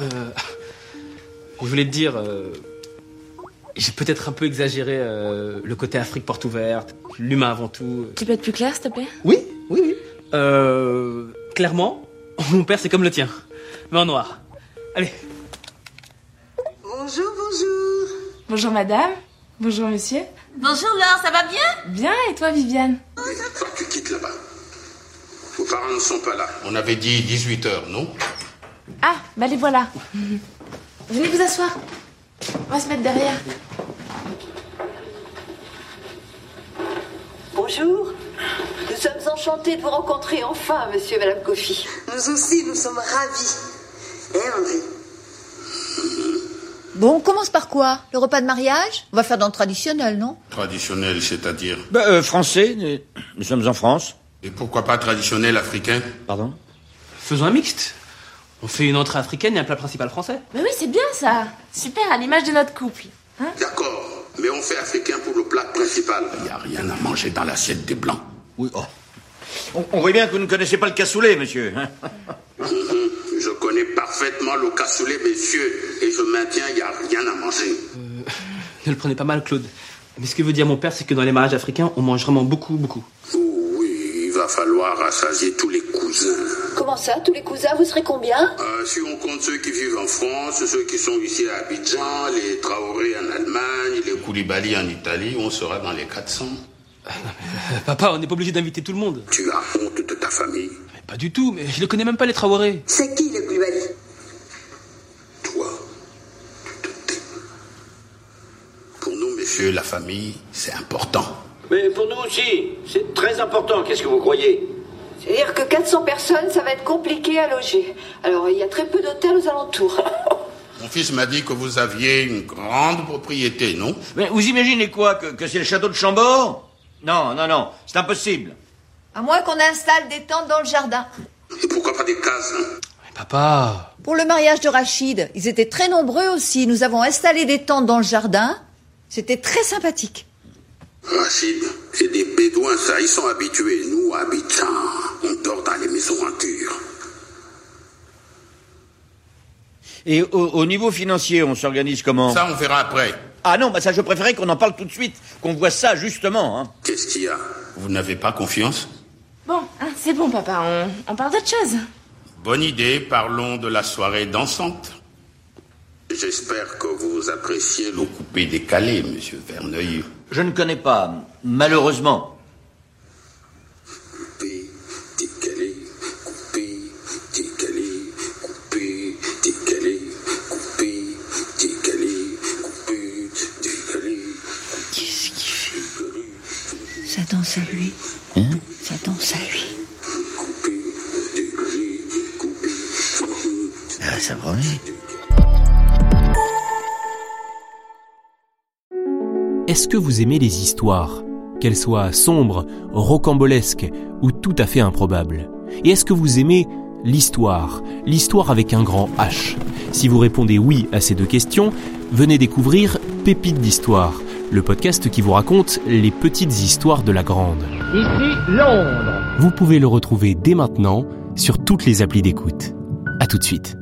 Euh, je voulais te dire, euh, j'ai peut-être un peu exagéré euh, le côté Afrique porte ouverte, l'humain avant tout. Tu peux être plus clair, s'il te plaît Oui, oui, oui. Euh, clairement, mon père c'est comme le tien, mais en noir. Allez, Bonjour, bonjour. Bonjour, madame. Bonjour, monsieur. Bonjour Laure, ça va bien Bien, et toi, Viviane Il va falloir que tu quittes là-bas. Vos parents ne sont pas là. On avait dit 18h, non Ah, bah les voilà. Venez vous asseoir. On va se mettre derrière. Bonjour. Nous sommes enchantés de vous rencontrer enfin, monsieur et madame Kofi. Nous aussi, nous sommes ravis. Hein, André Bon, on commence par quoi Le repas de mariage On va faire dans le traditionnel, non Traditionnel, c'est-à-dire. Bah, euh, français, euh, nous sommes en France. Et pourquoi pas traditionnel africain Pardon faisons un mixte. On fait une entrée africaine et un plat principal français. Mais Bah oui, c'est bien ça. Super, à l'image de notre couple. D'accord, mais on fait africain pour le plat principal. Il n'y a rien à manger dans l'assiette des Blancs. Oui, oh. On, on voit bien que vous ne connaissez pas le cassoulet, monsieur. hein. Je connais parfaitement le cassoulet, messieurs, et je maintiens, il n'y a rien à manger. Ne le prenez pas mal, Claude. Mais ce que veut dire mon père, c'est que dans les mariages africains, on mange vraiment beaucoup, beaucoup. Oh oui, il va falloir rassasier tous les cousins. Comment ça, tous les cousins, vous serez combien Euh, si on compte ceux qui vivent en France, ceux qui sont ici à Abidjan, les Traoré en Allemagne, les Koulibaly en Italie, on sera dans les 400. Euh, papa, on n'est pas obligé d'inviter tout le monde. Tu as honte de ta famille. Mais pas du tout, mais je les connais même pas les Traoré. C'est qui le Koulibaly Toi, tu te tais. Pour nous, messieurs, la famille, c'est important. Mais pour nous aussi, c'est très important, qu'est-ce que vous croyez C'est-à-dire que 400 personnes, ça va être compliqué à loger. Alors, il y a très peu d'hôtels aux alentours. Mon fils m'a dit que vous aviez une grande propriété, non Mais vous imaginez quoi Que, que c'est le château de Chambord Non, non, non, c'est impossible. À moins qu'on installe des tentes dans le jardin. Et pourquoi pas des cases hein Mais papa, Pour le mariage de Rachid, ils étaient très nombreux aussi. Nous avons installé des tentes dans le jardin. C'était très sympathique. Rachid, c'est des bédouins, ça, ils sont habitués. Nous, à Abidjan, on dort dans les maisons en cure. Et au, au niveau financier, on s'organise comment Ça, on verra après. Ah non, bah ça, je préférais qu'on en parle tout de suite, qu'on voit ça justement. Hein. Qu'est-ce qu'il y a Vous n'avez pas confiance Bon, hein, c'est bon, papa, on, on parle d'autre chose. Bonne idée, parlons de la soirée dansante. J'espère que vous appréciez le coupé décalé, monsieur Verneuil. Je ne connais pas, malheureusement. Coupé, décalé, coupé, décalé, coupé, décalé, coupé, décalé, coupé, décalé. Ça danse à lui. Ça danse à lui. Ah, ça promet. Est-ce que vous aimez les histoires Qu'elles soient sombres, rocambolesques ou tout à fait improbables Et est-ce que vous aimez l'histoire L'histoire avec un grand H Si vous répondez oui à ces deux questions, venez découvrir Pépites d'Histoire, le podcast qui vous raconte les petites histoires de la grande. Ici Londres. Vous pouvez le retrouver dès maintenant sur toutes les applis d'écoute. À tout de suite.